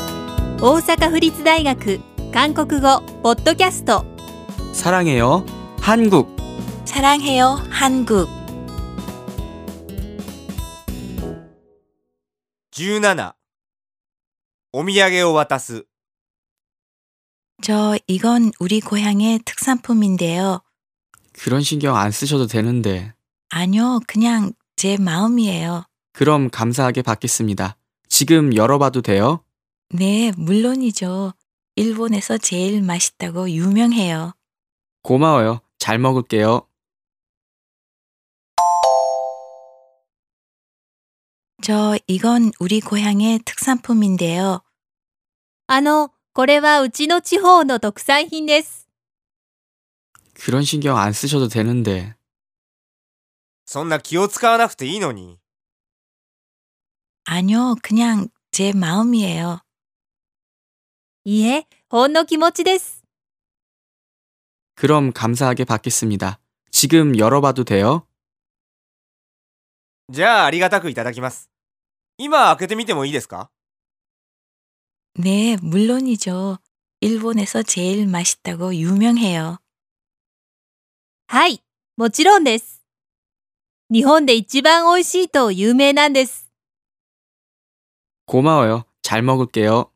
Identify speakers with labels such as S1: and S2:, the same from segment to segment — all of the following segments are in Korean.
S1: 大阪府立大学韓国語ポッドキャスト
S2: 사랑해요. 한국.
S3: 사랑해요 한국
S4: 17お土産を渡す
S3: 저 이건 우리 고향의 특산품인데요.
S2: 그런 신경 안 쓰셔도 되는데.
S3: 아니요, 그냥 제 마음이에요.
S2: 그럼 감사하게 받겠습니다. 지금 열어봐도 돼요?
S3: 네, 물론이죠. 일본에서 제일 맛있다고 유명해요.
S2: 고마워요. 잘 먹을게요.
S3: 저 이건 우리 고향의 특산품인데요.
S1: あのこれはうちの地方の特産品です
S2: 그런 신경 안 쓰셔도 되는데.
S4: そんな気を使わなくていいのに
S3: 아니요, 그냥 제 마음이에요.
S1: いいえほんの気持ちです
S2: 그럼 감사하게 받겠습니다. 지금 열어봐도 돼요?
S4: じゃあありがたくいただきます今開けてみてもいいですか
S3: 네, 물론이죠. 일본에서 제일 맛있다고 유명해요.
S1: はいもちろんです日本で一番美味しいと有名なんです
S2: 고마워요. 잘 먹을게요.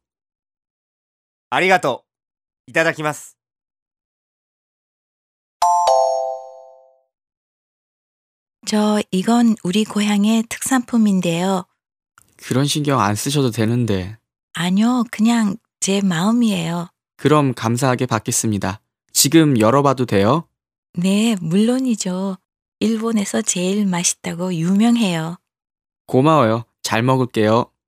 S4: ありがとういただきます
S3: 저 이건 우리 고향의 특산품인데요.
S2: 그런 신경 안 쓰셔도 되는데.
S3: 아니요, 그냥 제 마음이에요.
S2: 그럼 감사하게 받겠습니다. 지금 열어봐도 돼요?
S3: 네, 물론이죠. 일본에서 제일 맛있다고 유명해요.
S2: 고마워요. 잘 먹을게요.